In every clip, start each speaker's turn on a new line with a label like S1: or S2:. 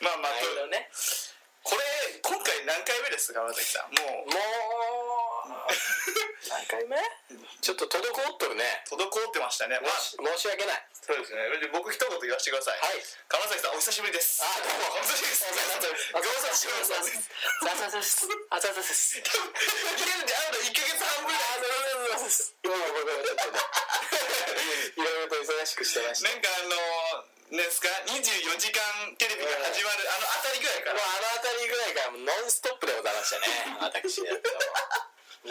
S1: まあまあ
S2: 毎度ね
S1: これ今回何回目ですか山崎さんもう
S2: もう何回目ちょっと滞っとるね
S1: 滞ってましたね、まあ、
S2: 申し訳ない
S1: そうですね僕一言言わせてください、
S2: はい
S1: 川崎さんお久しぶりです
S2: あどうも
S1: お久しぶりですご無沙汰しております
S2: あざざざすあざざざす
S1: 多分見れるであるの1ヶ月半ぶり
S2: あざざざす今の僕はちょっとね いろいろと忙しくしてました
S1: なんかあのなんですか24時間テレビが始まるあのあたりぐらいか
S2: もう
S1: ら
S2: あの辺りぐらいからもうノンストップでございましたね私やっても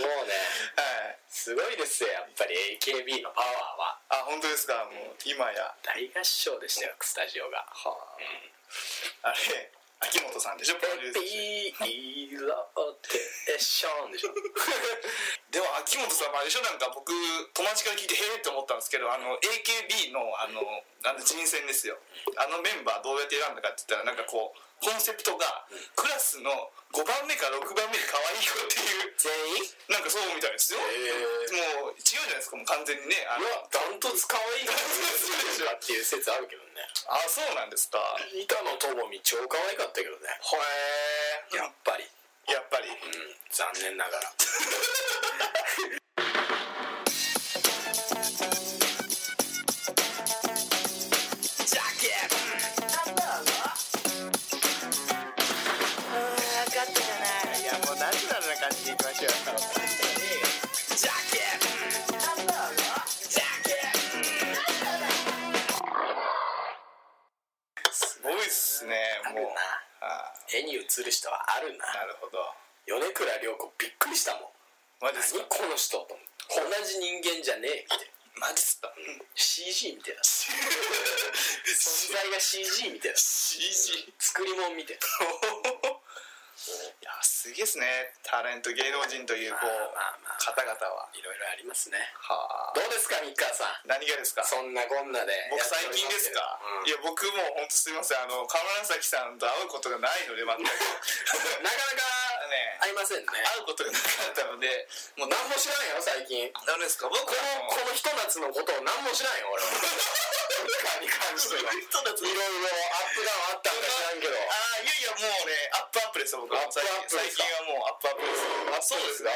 S2: もうね
S1: はい
S2: すごいですよやっぱり AKB のパワーは
S1: あ本当ですかもう今や
S2: 大合唱でしたよスタジオが
S1: はああれ秋元さんでしょプロデュースして
S2: ピーローテーションでしょ
S1: でも秋元さんもあれでしょなんか僕友達から聞いてへえって思ったんですけどあの AKB のあのあの人選ですよあのメンバーどうやって選んだかって言ったらなんかこうコンセプトがクラスの5番目か6番目に可愛い子っていう
S2: 全員
S1: なんかそうみたいですよ、
S2: え
S1: もう違うじゃないですかもう完全にねあ
S2: い
S1: の
S2: やダントツ可愛いな
S1: そうでしょ
S2: っていう説あるけどね
S1: あそうなんですかへ
S2: 板野友美超可愛かったけどね
S1: え
S2: やっぱり
S1: やっぱり
S2: うん残念ながら
S1: ジャケット
S2: 分かってないいやもうナチュラルな感じでいきまし
S1: ジ
S2: ょう
S1: ャケットジャケットすごいっすね
S2: あ
S1: も
S2: る
S1: う
S2: な
S1: あ
S2: 絵に映る人はあるな
S1: ーなるほど
S2: 米倉涼子びっくりしたもん
S1: マジっす
S2: 何
S1: か
S2: この人と思って同じ人間じゃねえみたいな
S1: マジっすか
S2: CG みたいな存在が CG みたいな
S1: CG
S2: 作り物みたい な
S1: いやすげえっすねタレント芸能人というこ
S2: まあ
S1: う
S2: まあまあ
S1: 方々はい
S2: ろいろありますね
S1: はあ
S2: どうですか三川さん
S1: 何がですか
S2: そんなこんなで
S1: 僕最近ですか、い
S2: や
S1: や僕もう本当すみませんあの河村崎さんと会うことがないので全く
S2: ってるうん なかなか
S1: ね
S2: ありませんね
S1: 会うことがなかったのでもう
S2: 何も知らんよ最近こ
S1: 何ですか僕は
S2: の
S1: もう
S2: このひと夏のことを何も知らんよ 俺は三川に関しては
S1: 人だと
S2: いろいろアップダウンあったんか知らんけど
S1: ああいやいやもうねアップアップですよ僕は
S2: アップアップ
S1: 最近最近はもうアップアップです
S2: そうですか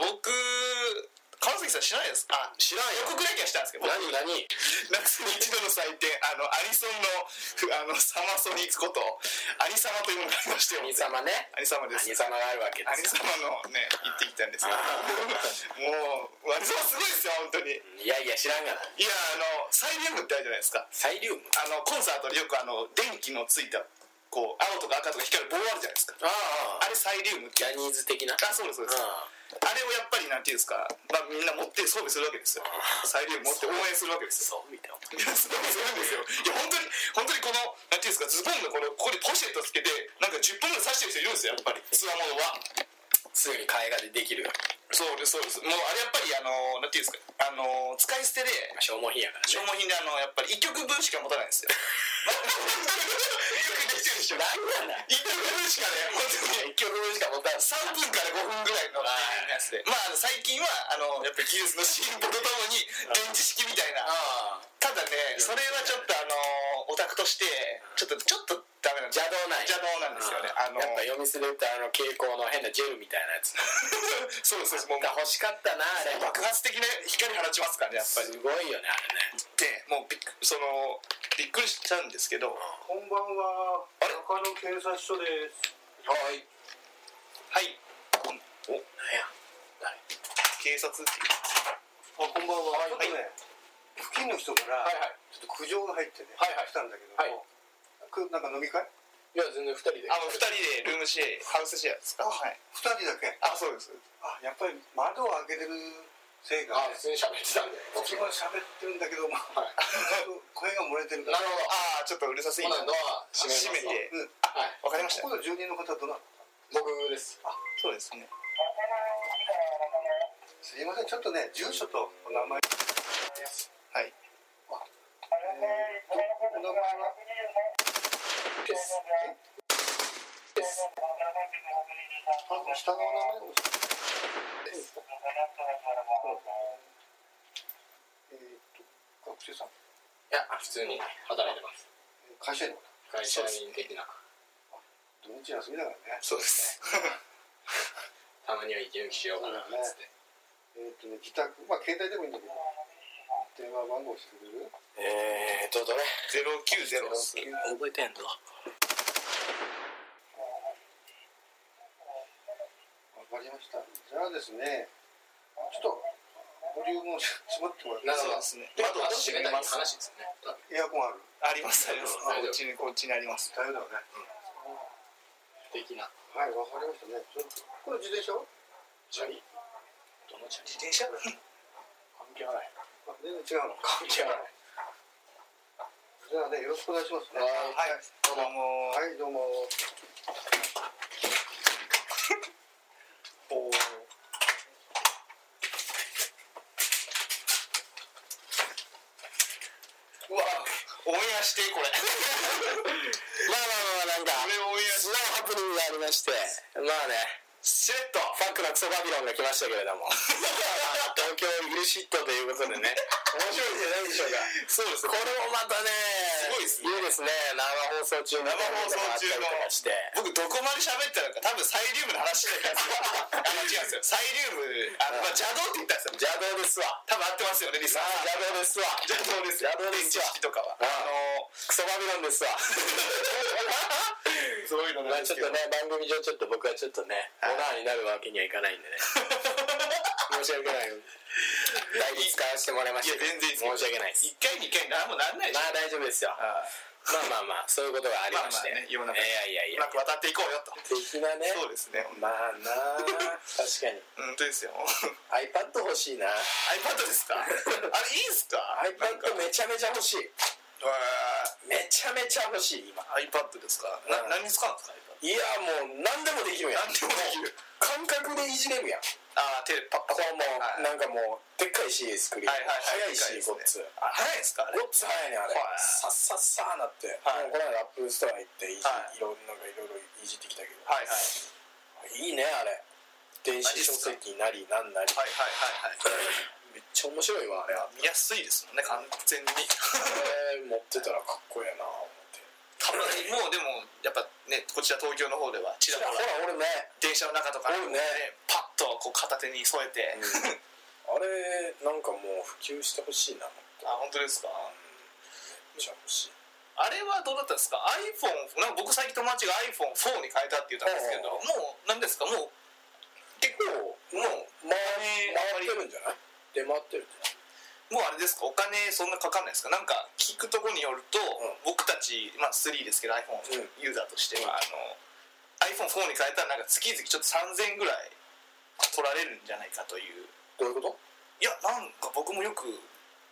S1: 僕川崎さん知らないですかあ
S2: 知らん
S1: 予
S2: よ
S1: 告だけはしたんですけど
S2: 何何
S1: 夏に一度の祭典あのアリソンのふあのサマソニックことアリサマというものがありまして
S2: 兄様ね
S1: アリサマです
S2: 兄様があるわけ
S1: ア
S2: で
S1: リ
S2: す
S1: 様のね行ってきたんですけどもうアリ様すごいですよ本当にい
S2: いやいや知らんがな
S1: やあのサイリウムってあるじゃないですか
S2: サイリウム
S1: あのコンサートでよくあの電気のついたこう青とか赤とか光る棒あるじゃないですか
S2: あ
S1: あれサイリウムって
S2: ジャニーズ的な
S1: あそうですそうですあれをやっぱりなんていうんですか、まあ、みんな持って装備するわけですよサイリウム持って応援するわけですよ
S2: そうみたいない
S1: やすごいすごいんですよいや本当に本当にこのなんていうんですかズボンのこのここにポシェットつけてなんか10本ぐらい刺してる人いるんですよやっぱりつわものは
S2: すぐに替えができる
S1: そうですそうですもうあれやっぱりあのなんていうんですかあの使い捨てで
S2: 消耗品やから
S1: 消
S2: ね
S1: 耗品であのやっぱり1曲分しか持たないんです よよくできてるでしょ
S2: 何なんだ
S1: 1曲分しかね本当に
S2: 一曲分しか持たん
S1: 3分から5分ぐらいのやつで、まあ、最近はあのやっぱり技術の進歩とともに電池式みたいな
S2: ああ
S1: ただねそれはちょっとあのオタクとしてちょっとちょっとダメなんです
S2: 邪道ない
S1: 邪道なんですよねあの
S2: やっぱ読みすれたあの蛍光の変なジェルみたいなやつ
S1: そうですそうですもう
S2: 欲しかったなあれ
S1: 爆発的な光放ちますからねやっぱ
S2: す
S1: り
S2: ごいよねあれね
S1: でもうびっくそのびっくりしちゃうんですけどは
S3: こんばんは。
S1: あれ
S3: 中野警察署です。
S2: はい
S1: いお
S2: 何や
S1: 警察っていう
S3: あ、こんばんは。
S1: い
S3: ちょっとね、付近の人から、
S1: はいはい
S3: ちょっと苦情が入ってね、
S1: はいはい
S3: 来たんだけども、
S2: はい
S3: くなんか飲み会？
S2: いや全然二人で
S1: あの2人でルームシェアハウスシェアですかはい
S3: 二人だけ。
S1: あそうです
S3: あ、やっぱり窓を開けてるせいか、
S2: あ
S3: ね、
S2: 普通に喋ってたんで
S3: こっちが喋ってるんだけども、
S2: はい
S3: ちょっと 声が漏れてるか
S2: な
S3: ら。
S2: るほど
S1: ああちょっとうるさすぎ
S2: 今
S1: た
S2: 度はドア閉
S1: 閉め
S2: めます
S1: て
S3: うん。
S2: はい
S1: わかりました
S3: ここの住人の方はどなた？
S2: 僕です
S1: そうですね
S3: すいません、ちょっとね、住所とお名前。
S1: はい
S3: えーとお名前は
S2: です
S3: え
S2: です
S3: あ下のお名前を
S2: です
S3: えーと学生さん
S2: いや普通に働いてます
S3: 会社員の方
S2: 会社員的な
S4: 土日休みだからね
S1: そうです。
S2: たまには息抜きしようかなっつって
S4: えっ、とね自宅まあ携帯でもいいんだけど電話番号してくれる
S2: えーとどれ
S1: ゼロ九ゼロ。
S2: 覚えてんの
S4: わかりましたじゃあですねちょっとボリュームを詰まってもらっ
S2: なる
S1: そう
S2: ほど
S1: ですね。窓を閉
S2: 窓閉めた
S1: め
S2: い
S1: ます。
S2: 話ですよね
S4: てエアコンある
S1: ありますあります。こ
S2: 大丈夫
S1: っちにこっちにあります。
S4: 大丈夫だよね
S2: 的な
S4: はいわかりましたねちょっとこれ自転車は
S2: チャリどのチャリ
S1: 自転車？
S2: 関係ない
S4: あ全然違うのか
S2: 関係ない
S4: じゃあねよろしくお願いしますね
S1: はい。
S4: はいどう
S1: どうも。
S4: も
S1: おーうわオンエアしてこれ
S2: まあまあまあまあなんか
S1: これオンエア
S2: すごいハプニングがありましてまあね
S1: しれっと
S2: ファックなクソバビロンが来ましたけれども 東京イグリシットということでね面白いんじゃないでしょうか
S1: そうです
S2: これもまたね
S1: すごいですね
S2: いですね生放送中の
S1: 生放送中の
S2: あったりとかして
S1: 僕どこまで喋ったのか多分サイリウムの話だったんですよあの違うんですよサイリウムあの、まあ、邪道って言ったんですよ
S2: 邪道ですわ
S1: 多分合ってますよねリスナー
S2: 邪道ですわ
S1: 邪道ですよ
S2: 邪道です
S1: 知
S2: わ
S1: 識とかは
S2: あ
S1: あの
S2: クソバビロン ですわ
S1: そういうの
S2: ま
S1: な
S2: あ
S1: んです
S2: ちょっ
S1: けど
S2: とね番組上ちょっと僕はちょっとねオナーになるわけにはいかないんでね 申し訳ないだいぶ使わせてもらいましたけど
S1: いや全然いいですよ
S2: 申し訳ないです
S1: 一回二回何もなんないでし
S2: ま
S1: ょ、
S2: あ大丈夫ですよ
S1: あ
S2: まあまあまあそういうことがありまして、
S1: まあまあね世の中
S2: いやいやい
S1: ーう
S2: や
S1: まく渡っていこうよと
S2: 的なね
S1: そうですね
S2: まあなあ 確かに
S1: 本当 ですよ
S2: iPad 欲しいな
S1: iPad です かあれいいんすか
S2: iPad めちゃめちゃ欲しい
S1: え
S2: めちゃめちゃ欲しい今
S1: ー iPad ですかな
S2: う
S1: 何
S2: ん
S1: に使うんですか iPad
S2: いやもう何でもできるや
S1: 何
S2: ん
S1: でもできる
S2: 感覚でいじれるやん
S1: ああ手パッパコ
S2: こうもう、
S1: はい
S2: なんかもうでっかいしスクリーン、
S1: はいはいはい
S2: 早
S1: で
S2: いし
S1: っ
S2: こ
S1: かい
S2: っ
S1: で
S2: ち
S1: あ早いですかあれ
S2: ごっつ早いねあれ、
S1: はい
S2: さっさっさーなって、
S1: はい
S2: もうこの間アップルストア行っていじ、
S1: はい
S2: い、ろんななんかいろいろいじってきたけど、
S1: はいはい
S2: いいねあれ電子書籍なりなんなり
S1: はいはいはいはい
S2: めっちゃ面白いわあれ
S1: 見やすいですもんね完全に
S2: あれ持ってたらかっこいいな思って
S1: たまにもうでもやっぱねこちら東京の方ではちら
S2: ほら
S1: ほら
S2: 俺ね
S1: 電車の中とかでもね
S2: うんね
S1: パッとこう片手に添えて、
S2: あれなんかもう普及してほしい
S1: あ
S2: な
S1: 本当ですか
S2: めっちゃ欲しい
S1: あれはどうだったんですか iPhone なんか僕最近友達が iPhone4 に変えたって言ったんですけど、
S2: う
S1: もう何ですかもう結構
S2: もうもう回回ってるんじゃない出回ってるんじゃな
S1: もうあ
S2: い
S1: れですかお金そんなかかんないですかなんか聞くとこによると、
S2: ん
S1: 僕たち、まあ、3ですけど iPhone
S2: うん
S1: ユーザーとしては、あの iPhone4 に変えたらなんか月々ちょっと3000円ぐらい取られるんじゃないかという
S2: どういうこと
S1: いやなんか僕もよく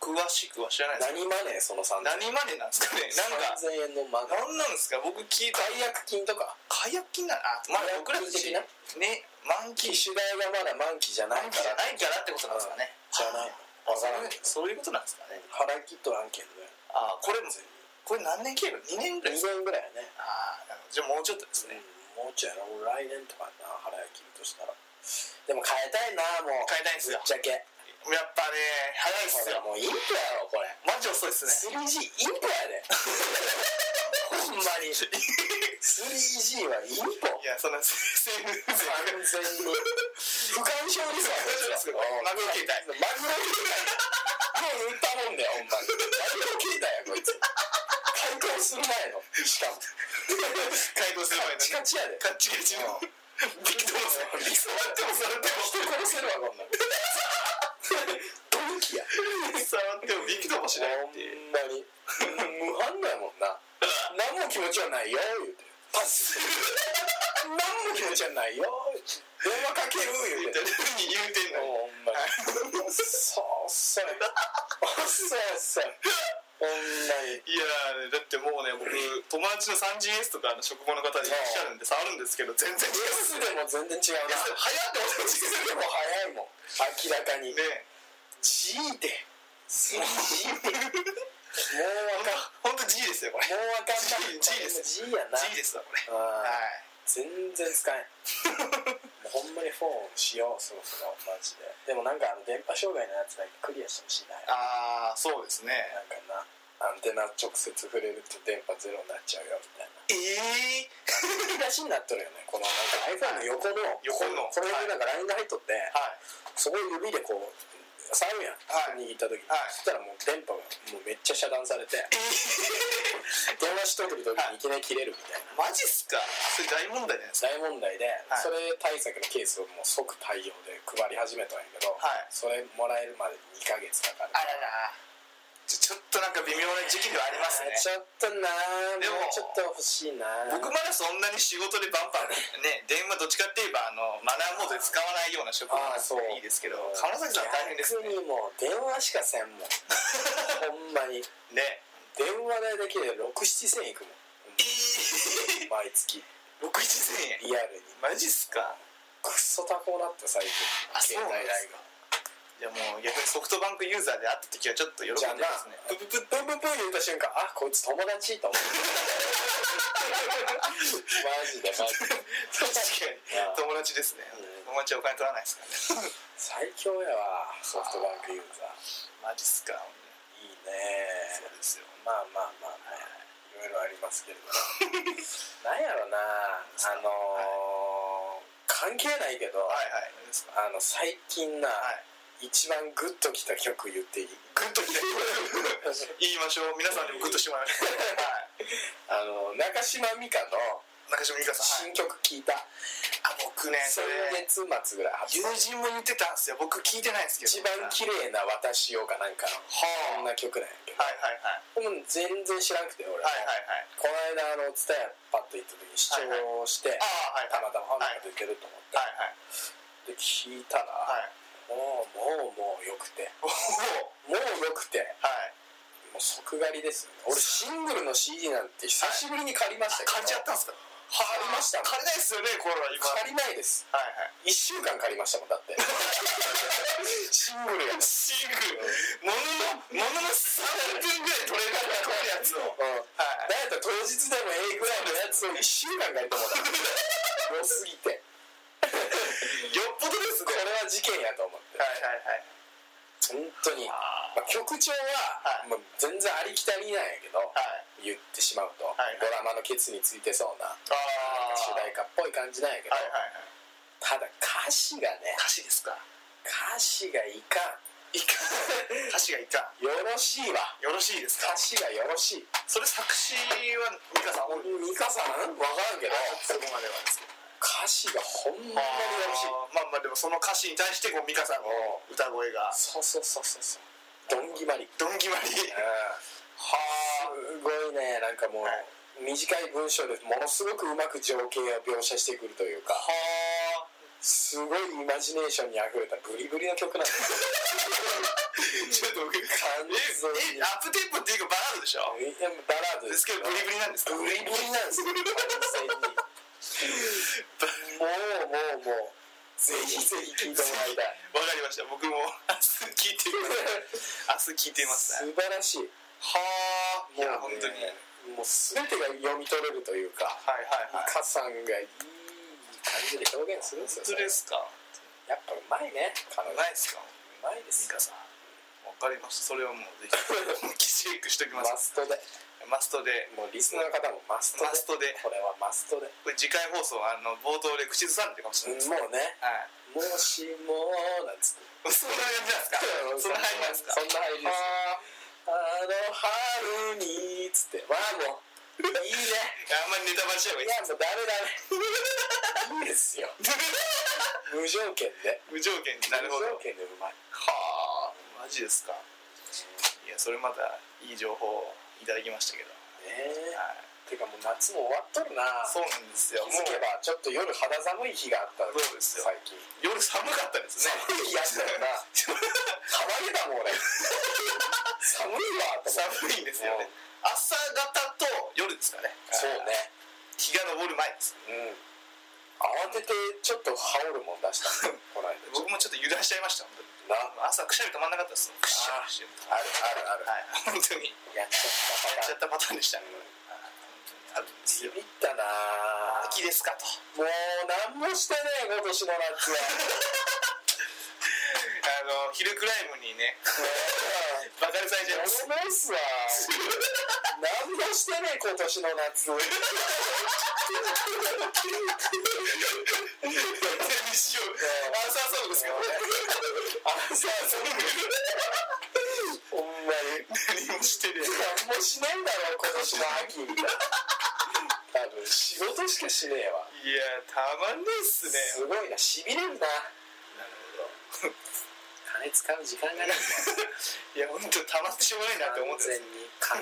S1: 詳しくは知らないです
S2: 何マネーその3 0
S1: 何
S2: 0
S1: マネなんですかねなんか
S2: 3000円のマネー
S1: 何なんですか僕聞いた
S2: 解約金とか
S1: 解約金なあまあ
S2: 解約
S1: 僕
S2: 金
S1: らたち
S2: 的
S1: ね
S2: な
S1: 満期
S2: 機種代がまだ満期じゃない
S1: 満期
S2: か
S1: じゃない
S2: ら
S1: からってことなんですかねあそういうそう
S2: じゃないわからん
S1: いうことなんですかね
S2: 払い切っとらんけどね
S1: あこれもこれ何年契約2年ぐらいですか
S2: 2000円ぐらいやね
S1: ああじゃあもうちょっとですね
S2: もうちょいやろ俺来年とかな払い切るとしたらでも変えたいなもう
S1: 変えたいんすよ
S2: ぶっちゃけ
S1: やっぱね早いっすよ
S2: もうインプやろこれ
S1: マジ遅いっすね
S2: 3G インプやでほんまに 3G はインプ
S1: いやそんなセーフ全
S2: 完
S1: 然
S2: 全に不干渉で
S1: 不干渉です
S2: すわ
S1: よマグロ携帯
S2: マグロ携帯もう言ったもんだよほんまにマグロ携帯やこいつ開口する前のしかも
S1: 解凍する前の
S2: カチカ
S1: ね
S2: チやで
S1: カッチカチのビクともさビクともされても
S2: 人殺せるわこんなんドンキや
S1: 触ってもびくともしない
S2: ほん
S1: っていう
S2: まに無反応やもんな何も気持ちはないよ言うてパス何も気持ちはないよ言うて電話かける言
S1: み
S2: う
S1: た
S2: て
S1: いな風に言うてんのに
S2: ほんまにそうそうそうそうほんまに
S1: いやーだってもうね僕友達の 3GS とかの職場の方にいらっしゃるんで触るんですけど全然違
S2: ニュース
S1: う
S2: でも全然違う
S1: いや
S2: な
S1: それ早って思ってま
S2: ニュー
S1: す
S2: スでも早いもん明らかに
S1: けどね
S2: G で G でもうわかん
S1: ほんと G ですよこれ
S2: もうわかんな
S1: G
S2: い
S1: G です
S2: もう G やな
S1: G ですわこれ
S2: あー
S1: はい
S2: 全然使えんもうほんまにフォンしようそろそろマジででもなんかあの電波障害のやつだけクリアしてほしいななんか
S1: ああそうですね
S2: なアンテナ直接触れると電波ゼロになっちゃうよみたいな
S1: ええ
S2: みたしになっとるよねこのなんか iPhone の横の
S1: 横の
S2: ここの辺なんかラインが入っとって、
S1: はい
S2: そこを指でこう触るやん、
S1: はい
S2: 握った時に、
S1: はい
S2: そしたらもう電波がもうめっちゃ遮断されて電話しとく時にいきなり切れるみたいな
S1: マジっすかそれ大問題じゃないですか
S2: 大問題で、
S1: はい
S2: それ対策のケースをもう即対応で配り始めたんやけど、
S1: はい
S2: それもらえるまで2ヶ月かかる
S1: ららちょちょっとなんか微妙な時期ではありますね
S2: ちょっとなー
S1: でも
S2: うちょっと欲しいなー
S1: 僕まだそんなに仕事でバンバンね電話どっちかって言えばあのマナーモードで使わないような職場
S2: ああそう
S1: いいですけど鴨崎さん大変ですね
S2: 逆にもう電話しかせん もんほんまに
S1: ね
S2: 電話代だけで67000いくも
S1: えー、
S2: ん毎月
S1: 6 1 0 0円
S2: リアルに
S1: マジっすか
S2: クソ高くなった最近
S1: あ
S2: 携帯代が
S1: いやもう逆にソフトバンクユーザーで会った時はちょっと喜んでますね
S2: じゃあな
S1: プププ
S2: ブンブンブン言った瞬間あこいつ友達と思ってマジでマジで
S1: 確かに
S2: ああ
S1: 友達ですね
S2: うん
S1: 友達はお金取らないですからね
S2: 最強やわソフトバンクユーザー
S1: マジっすか
S2: いい
S1: そう
S2: ね
S1: ですよ
S2: まあまあまあまあいろいろありますけれどもなんやろなあのー関係ないけど、
S1: はいはい何ですか
S2: あの最近な、
S1: はい
S2: 一番グッときた曲言っていい
S1: グッときて言いましょう皆さんでもグッとしてもらいましょうはい
S2: あの中島美嘉の
S1: 中島美香さん、はい
S2: 新曲聞いた、
S1: あ僕ねそ
S2: 先
S1: れ
S2: 月末ぐらい発
S1: 友
S2: 売
S1: 人も言ってたんですよ僕聞いてないんですけど
S2: 一番綺麗な私よかなんかのそん
S1: はあはい
S2: な曲なんやけど、
S1: はいはい
S2: でも全然知らなくて俺、
S1: はいはいはい
S2: この間あの蔦屋パッと行った時に視聴して、
S1: ああはい
S2: た
S1: はい
S2: またまあんなこといけると思って、
S1: はいはい
S2: で聞いたら、
S1: はい
S2: もうもうもうよくて
S1: おお
S2: もうよくて
S1: はい
S2: もう即狩りですよね俺シングルの CD なんて久しぶりに借りましたけど、
S1: 借りちゃったんですか
S2: 借りました
S1: 借りないですよねこれは今
S2: 借りないです
S1: はいはい
S2: 1週間借りましたもんだって シングルや もん
S1: シングもののものの3分ぐらい取れながらこるやつを
S2: うん
S1: はい
S2: なんやったら当日でもええぐらいのやつを1週間借りても らった良すぎて
S1: よっぽどです
S2: こ
S1: ね
S2: れは事件やと思って
S1: はいはいはい
S2: 本当に
S1: あ
S2: まあ曲調は、
S1: はい
S2: もう全然ありきたりなんやけど、
S1: はい
S2: 言ってしまうと、
S1: はいはい
S2: ドラマのケツについてそうな
S1: あ
S2: 主
S1: は
S2: 題
S1: い
S2: 歌っぽい感じなんやけど、
S1: はいはい
S2: ただ歌詞がね
S1: 歌詞ですか
S2: 歌詞がいか
S1: いかん歌詞がいかん
S2: んよろしいわ
S1: よろしいですか
S2: 歌詞がよろしい
S1: それ作詞は美香さんおる
S2: 美香さん分からんけど
S1: そこまではですけど
S2: 歌詞がほんまによ
S1: あ
S2: ろしい
S1: ーまあまあでもその歌詞に対してこう美香さんの歌声が
S2: そうそうそうそうそうドンギマリうん
S1: どん決まりは
S2: すごいねなんかもう、
S1: はい
S2: 短い文章でものすごくうまく情景を描写してくるというか
S1: はあ
S2: すごいイマジネーションにあふれたブリブリの曲なんですよ
S1: ちょっと僕え
S2: 完全
S1: え
S2: に
S1: アップテンポっていうかバラードでしょ
S2: バラード
S1: ですけどブリブリなんですか
S2: ブリブリなんですよ完全にもうもうもうぜひぜひ聴いてもらいた い
S1: わかりました僕も 明日聞いてみ ます明日聞いてみます
S2: 素
S1: ね
S2: 晴らしい
S1: はあい
S2: もうね
S1: や本当にはい
S2: もう全てが読み取れるというか
S1: はいはい
S2: カさんがいい感じで表現するんですよ
S1: 本当ですか
S2: やっぱうまいね彼
S1: う
S2: 女
S1: まいですか
S2: うまいです
S1: 美香さんわかりましたそれはもうぜひチェックしておきま
S2: マ
S1: す
S2: ストで
S1: マストで
S2: もうリスナーの方もマストで
S1: マストで
S2: これはマストで
S1: これ次回放送あの冒頭で口ずさんでるかもしれないですね
S2: もうね
S1: はい
S2: 「もしも」なんつって
S1: そんな感じなんですかそんな入りなんですか
S2: そんな入りです
S1: はあ
S2: 「あの春に」つってわあもういいね
S1: いやあんまりネタバレしちゃえば
S2: い
S1: いい
S2: やもうダメダ メいいですよ無条件で
S1: 無条件なるほど
S2: 無条件でうまい
S1: はあマジですかいやそれまたいい情報をいただきましたけど、
S2: ね
S1: はい、
S2: えてかもう夏も終わっとるな
S1: そうなんですよもう
S2: 気づけばちょっと夜肌寒い日があった
S1: そうですよ
S2: 最近
S1: 夜寒かったですね
S2: 寒いやつだよなたまげたもん俺寒いわと思って
S1: 寒いんですよね朝方と夜ですかね
S2: そうね
S1: 日が昇る前です
S2: うん慌ててちょっと羽織るもん出したこの間ちょっ
S1: 僕もちょっと油断しちゃいました本当に
S2: となあ
S1: 朝くしゃみ止まんなかったですもんくしゃみしてる
S2: るあるある
S1: はい本当に
S2: やっち
S1: やっち
S2: ゃ
S1: ゃ
S2: っ
S1: ったパターンでしたね
S2: うん
S1: あるんです
S2: た
S1: よ
S2: ビビったなあ
S1: 秋ですかと
S2: もう何もしてねえ今年の夏は
S1: あのヒルクライムにね
S2: ねえ
S1: バカにされちゃい
S2: や
S1: ます
S2: めますわ何もしてねえ今年の夏マジ
S1: 全にしようアンサーソングですけど
S2: あさあそれほんまに
S1: 何もしてねえ
S2: 何もしないだろう今年の秋多分仕事しかしねえわ
S1: いやたまんないっすね
S2: すごいなしびれるな金使う時間がない
S1: いや本当たまってしょうがないなって思って
S2: 完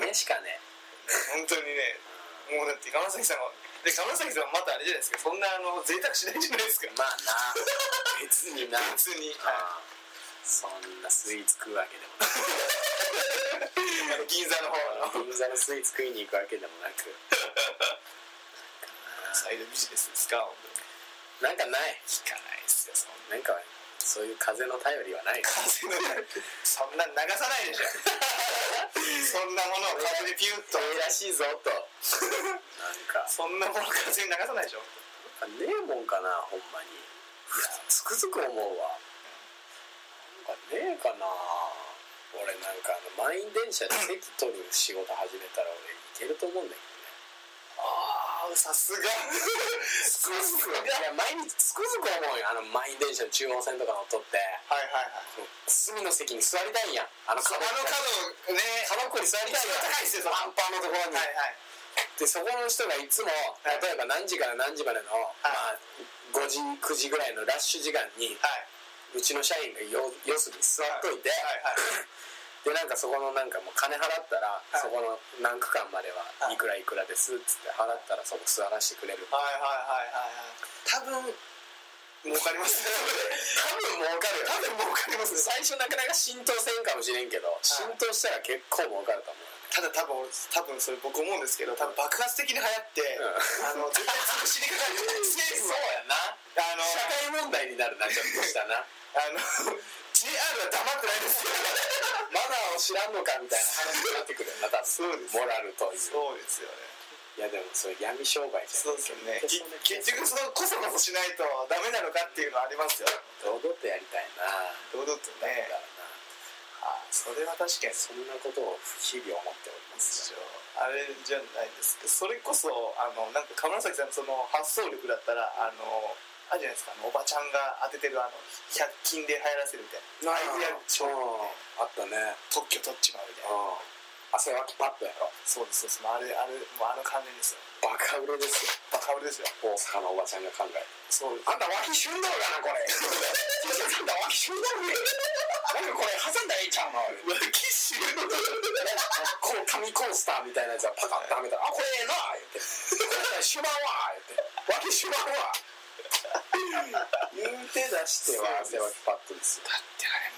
S1: たん
S2: 全
S1: です
S2: に金しかね
S1: 本当にねもうだって鎌崎さんはで鎌崎さんはまたあれじゃないですかそんなあの贅沢しないじゃないですか
S2: まあな別にな
S1: 別には
S2: あそんなスイーツ食うわけでも
S1: いあの銀座の
S2: な
S1: 方の
S2: く銀座のスイーツ食いに行くわけでもなく
S1: サイドビジネスですか
S2: なんかない
S1: 聞かないっすよそんな
S2: なんかそういう風の頼りはないな
S1: 風の そんな流さないでしょそんなものを風でピュッと
S2: 遠いらしいぞとなんか
S1: そんなもの風に流さないでしょ
S2: あねえもんかなほんまにつくづく思うわなんかねえかな俺なんかあの満員電車で席取る仕事始めたら俺いけると思うんだけ
S1: ああさすがすごいすご
S2: ど
S1: い
S2: ねいや毎日つくづく思うよあの満員電車の中央線とか乗っとって
S1: はいはいはい
S2: 隅の席に座りたいんやんあの
S1: あ
S2: 角
S1: の角
S2: 角
S1: ね
S2: っこに座りたいやん
S1: 高いっすよそ
S2: アンパンのところに、
S1: はいはい
S2: でそこの人がいつも
S1: はい
S2: 例えば何時から何時までの、まあ、5時9時ぐらいのラッシュ時間に
S1: はいう
S2: ちの社員がよ四隅に座っといて、
S1: はいはい
S2: でなんかそこのなんかもう金払ったら、
S1: い
S2: そこの何区間まで
S1: は
S2: は
S1: い
S2: いくらいくらですっつって払ったらそこ座らせてくれる、
S1: はいはいはいはい
S2: 多分多分
S1: 儲かりますね
S2: 儲かるよ
S1: 多分儲かりますね
S2: 最初なかなか浸透せんかもしれんけど、浸透したら結構儲かると思う
S1: ただ多分俺多分それ僕思うんですけど多分爆発的に流行って、あの絶対潰しにかかる じゃないですか
S2: やな
S1: あの
S2: 社会問題になるなちょっとしたな
S1: あの JR は黙ってないですよ
S2: マナーを知らんのかみたいな話になってくるよな多分
S1: そうです
S2: モラルという
S1: そうですよね
S2: いやでもそれ闇商売じゃ
S1: そ
S2: ん
S1: うですよねき結局そのこそこそしないとダメなのかっていうのはありますよ
S2: 堂々とやりたいな
S1: 堂々と
S2: だから
S1: ね
S2: な
S1: あそれは確かに
S2: そんなことを日々思っておりますよ
S1: あれじゃないですけどそれこそあのなんか鎌崎さんのその発想力だったらあのあるじゃないですかあのおばちゃんが当ててるあの100均で流行らせるみたいなアイデア商品
S2: あったね
S1: 特許取っちまうみたいな
S2: 汗はきパッドやろ
S1: そうですそうですもうあれあれもうあの関連ですよ
S2: バカ売れですよ
S1: バカ売れですよ
S2: 大阪のおばちゃんが考えて
S1: そうです
S2: あんた脇旬道かな これあんた脇旬道ねなんかこれ挟んだらいいちゃうの
S1: 脇 臭の
S2: この紙コースターみたいなやつはパカッとはめたら「あこれええな」言って「シュマンは」言って「脇シュマンは」言うて出しては汗はきパッドですよ
S1: だってあ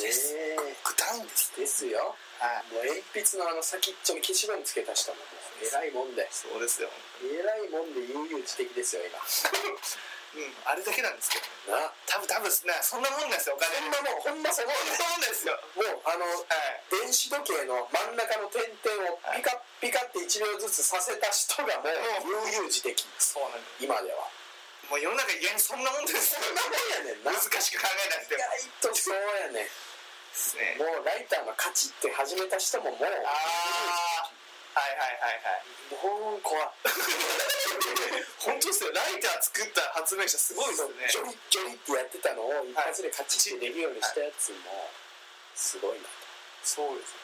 S1: れもうもうです
S2: ええ
S1: グダウンです
S2: ですよ
S1: はい
S2: もう鉛筆のあの先っちょに消しゴムつけた人ももう偉いもんで
S1: そうですよ
S2: 偉いもんで悠々自適ですよ
S1: うんあれだけなんですけど
S2: 今な
S1: 多分多分なそんなもんなんですよお金
S2: ほんまもうほんまそこ
S1: そんなもんなんですよ
S2: もうあの
S1: はい
S2: 電子時計の真ん中の点々をピカッピカって1秒ずつさせた人がもう悠々自適
S1: そうなんです
S2: 今では
S1: もう世の中意外にそんなもんです
S2: そ
S1: よ
S2: んなもんやねんな
S1: 難
S2: 意
S1: しく考えなくても
S2: 外とそうやねん
S1: ですね
S2: もうライターのカチって始めた人もも
S1: あ
S2: う
S1: あはいはいはいはい
S2: もう怖い
S1: 本当ですよライター作った発明者すごいです
S2: ジ
S1: よ
S2: ョ
S1: ね
S2: リッジョリってやってたのを一発でカチッてできるようにしたやつもすごいな
S1: そうです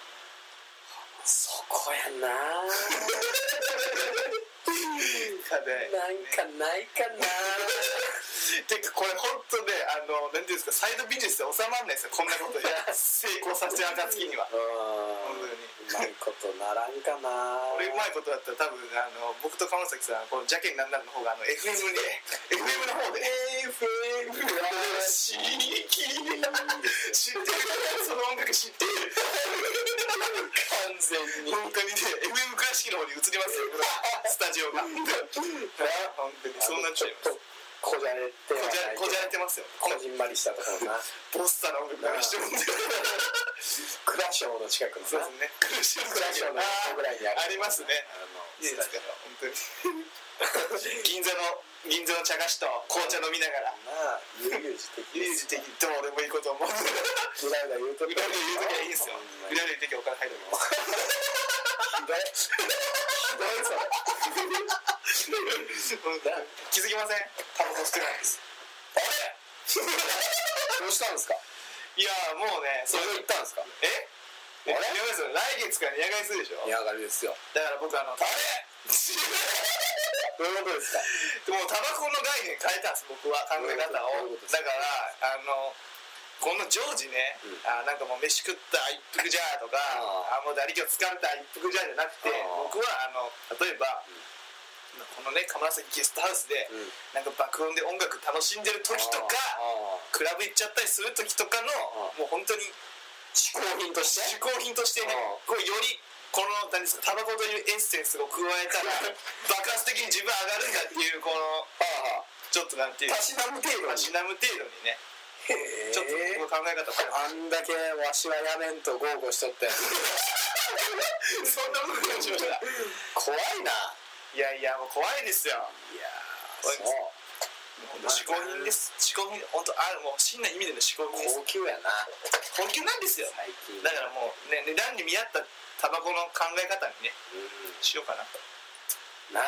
S2: そこやな
S1: かね
S2: なんかないかな
S1: てかこれ本当ねあの何ていうんですかサイドビジネスで収まんないですよこんなことで成功させて暁には
S2: うんうまいことならんかな
S1: これうまいことだったら多分あの僕と川崎さんはこの「ジャケになんなる」の方があの FM に FM の方で
S2: FM らし
S1: 知りきり
S2: いです
S1: 知っ
S2: よ
S1: てるその音楽知ってる
S2: 完全に
S1: 本当にね FM 倉敷の方に移りますよスタジオが本当にそうなっちゃいます
S2: あのちょっとこじゃれては
S1: こじゃ
S2: ない
S1: こじゃれてますよ
S2: こじんまりしたところな
S1: ポスターの音楽流してるんで
S2: クラショーの近くのな
S1: そうですね苦しい
S2: クラショーの横ぐらいにある
S1: ありますね
S2: あの
S1: いいです
S2: スタ
S1: か
S2: ジ
S1: 本
S2: オ
S1: 当に 銀座の銀座の茶菓子と紅茶飲みながら
S2: まあ悠々自適
S1: 有事的にどうでもいいこと思う
S2: 裏裏言うと
S1: 裏で言うときはいいんですよ裏で言うときはお金入るの
S2: ひどいひどいそれ
S1: 気づきま せんタバコ吸ってないです
S2: どうしたんですか
S1: いやーもうねそ
S2: それ
S1: れ
S2: 行ったんですか
S1: え
S2: あれ
S1: やばいですよ来月から値上がりするでしょ
S2: 値上がりですよ
S1: だから僕あのあれ
S2: どういうことですか
S1: もうタバコの概念変えたんです僕は考え方を
S2: どういうことです
S1: だ
S2: か
S1: からあのこの常時ね、
S2: うん
S1: あーなんかもう飯食った一服じゃーとかあ
S2: あ
S1: ーもう打力疲れた一服じゃーじゃなくて
S2: あー
S1: 僕はあの例えば、このね鎌崎ゲストハウスで、
S2: うん
S1: なんか爆音で音楽楽しんでる時とかクラブ行っちゃったりする時とかの
S2: あ
S1: もう本当に
S2: 嗜好品として
S1: 嗜好品としてね
S2: あ
S1: こうよりこの何ですかタバコというエッセンスを加えたら爆発的に自分上がるんだっていうこの
S2: ああ
S1: ちょっとなんていう
S2: たしなむ程度に
S1: しなむ程度にね
S2: へえ
S1: ちょっと僕の考え方変えま
S2: あんだけわしはやめんと豪語しとって
S1: すそんなことしましたい
S2: 怖いな
S1: やいやもう怖いですよ
S2: いやー
S1: 怖いで
S2: そう
S1: す本当嗜好品です嗜好品本当あるもう真な意味での嗜好品です
S2: 高級やな
S1: 高級なんですよ
S2: 最近
S1: だからもうね値段に見合ったタバコの考え方にね
S2: うん
S1: しようかな
S2: な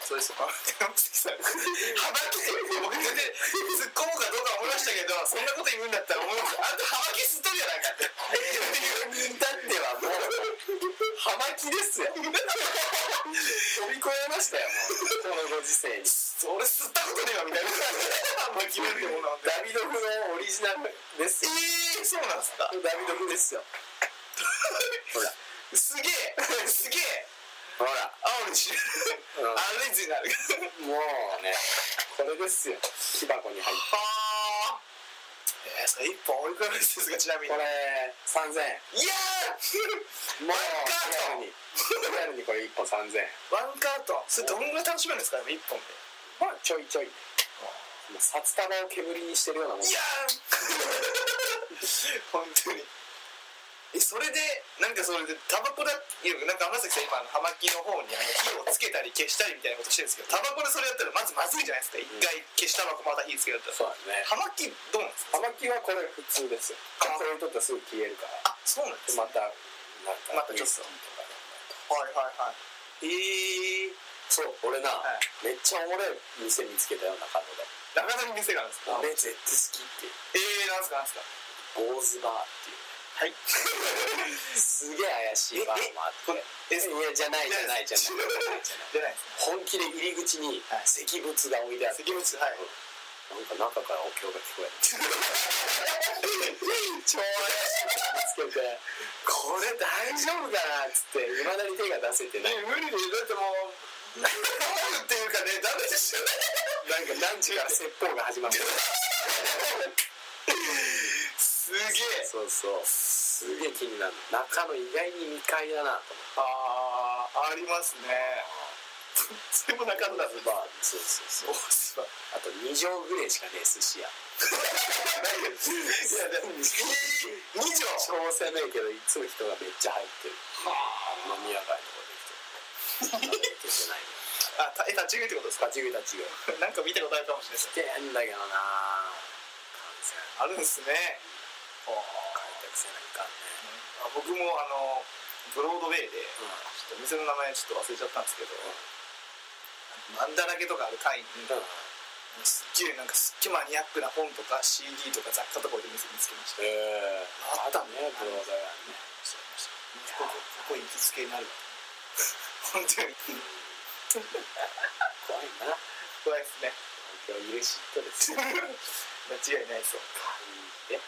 S1: そうですか山崎さん幅木って僕全然突っ込むかどうか思いましたけどそんなこと言うんだったら思いますあんた幅木吸っとるやないかって
S2: だってはもう葉巻ですよ飛び越えましたよもうこのご時世に
S1: 俺吸ったことねえわみたいな幅木なんてものなんて
S2: ダビドフのオリジナルです
S1: え
S2: よ
S1: ー、そうなんすか
S2: ダビドフですよほら
S1: すげえすげえ
S2: ほら
S1: 青にし
S2: うん
S1: あレンジになる
S2: もうねこれですよ木箱に入って
S1: はあえー、それ一本おいくらですかちなみに
S2: これ3000円
S1: いやー
S2: も
S1: ワ
S2: う
S1: ンカートン
S2: リアルにリアルにこれ1本3000円
S1: ワンカートンそれどんぐらい楽しめるんですかね一本で
S2: まあちょいちょいもう札束を煙にしてるようなもん
S1: いやー 本当にえそれでなんかそれでタバコだいやなんか浜崎さん今あの葉巻の方にあの火をつけたり消したりみたいなことしてるんですけどタバコでそれやったらまずまずいじゃないですか一回消しタバコまた火つけるったら
S2: そうだね
S1: 葉巻どうなんですか
S2: 葉巻はこれ普通ですよ
S1: あ
S2: これにとってはすぐ消えるから
S1: あそうなんです
S2: またなんか
S1: またちょっとはいはいはいえー、
S2: そう俺な、
S1: は
S2: めっちゃおもろい店見つけたよ中野で
S1: なかなかに店があるんですか
S2: 俺絶対好きっていう
S1: えー、なんすかなんすか
S2: 坊主バーっていう
S1: はい
S2: すげえ怪しいバーもあ
S1: こ
S2: っ
S1: れ
S2: て
S1: え
S2: いやじゃないじゃないじゃないじゃないじゃない
S1: じゃないです
S2: 本気で入り口に石仏が置いてあって
S1: 関口はい
S2: なんか中からお経が聞こえる超怪しいの見つけてこれ大丈夫かなっつっていまだに手が出せてない
S1: ね無理でだってもう 飲むっていうかねダメでしょ
S2: なんか何時から説法が始まってる
S1: すげえ
S2: そうそうすげえ気になるの中の意外に未開だなと思って
S1: あーありますねそれもなかった
S2: スバーそうそうそう
S1: おすば
S2: あと2畳ぐらいしかねえ寿司屋
S1: いやでもえー、2畳
S2: 超狭いけどいつも人がめっちゃ入ってる飲み屋街とかで人入っててない
S1: あたえ立ち食いってことですか
S2: 立ち食い立ち食い
S1: なんか見たことあるかもしれないです
S2: ってんだけどな
S1: ある
S2: 感染
S1: んですね
S2: 開拓せないかんね
S1: あ僕もあのブロードウェイで
S2: うん
S1: ちょっと店の名前ちょっと忘れちゃったんですけどマンだらけとかある会に
S2: うん
S1: すっげえなんかすっげえマニアックな本とか CD とか雑貨とか置いてる店見つけました
S2: え
S1: あ
S2: あ
S1: っ
S2: ったた
S1: ね
S2: ね
S1: ブ
S2: ブ
S1: ロー
S2: ロー
S1: ド
S2: ド
S1: ここここ行きつけになるわ本当に
S2: 怖いな
S1: 怖いですね
S2: 東京いるしとです
S1: 間違いないですよ
S2: いや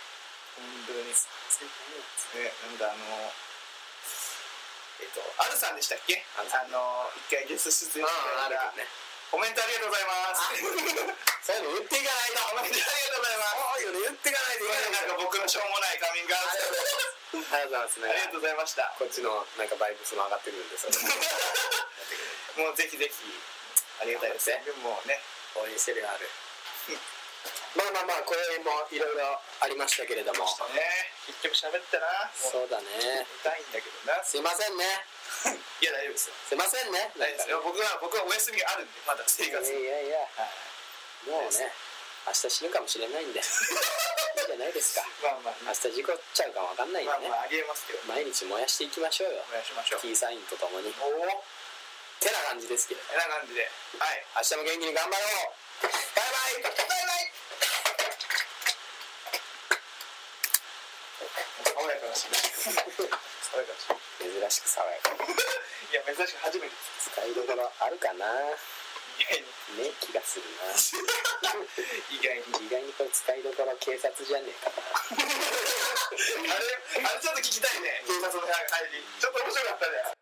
S1: 本当にね
S2: 全
S1: なんか
S2: 然
S1: あのえっとアルさんでしたっけあ
S2: アルさ
S1: の一回ゲスト出演してい
S2: あ
S1: ただいた
S2: るね
S1: コメントありがとうございます
S2: そういうの言っていかないと
S1: コメントありがとうございますなんか僕
S2: そういうの言っていかないといけない
S1: のしょうもないカミングア
S2: ありがとうございます
S1: ウトありがとうございました
S2: こっちのなんかバイブスも上がってくるんですよ
S1: もうぜひぜひありがたいですねでもね
S2: 応援してるよあるまあまあまあこれもいろいろありましたけれども
S1: ちょっとね結局喋ったなもう
S2: そうだね
S1: 痛いんだけどな
S2: すいませんね
S1: いや大丈夫ですよ
S2: すいませんね
S1: 大丈夫ですよ僕は僕はお休みがあるんでまだ生活
S2: いや
S1: に
S2: いやいや
S1: はい
S2: もうね明日死ぬかもしれないんでいいじゃないですか
S1: まあまあ
S2: 明日事故っちゃうかわかんないんで
S1: まあ
S2: ね
S1: まああげますけど
S2: 毎日燃やしていきましょうよ
S1: お願いしましょう
S2: T サインとともに
S1: おお
S2: てな感じですけど
S1: な感じではい
S2: 明日も元気に頑張ろうバイバイバイ
S1: 爽やかな し爽やかなし
S2: バイ珍しく爽やか
S1: いや珍しく初めてです
S2: 使いどころあるかない
S1: やいや
S2: ね気がするな
S1: 意外に
S2: 意外にこれ使いどころ警察じゃねえかな
S1: あれあれちょっと聞きたいね警察の入りちょっと面白かったね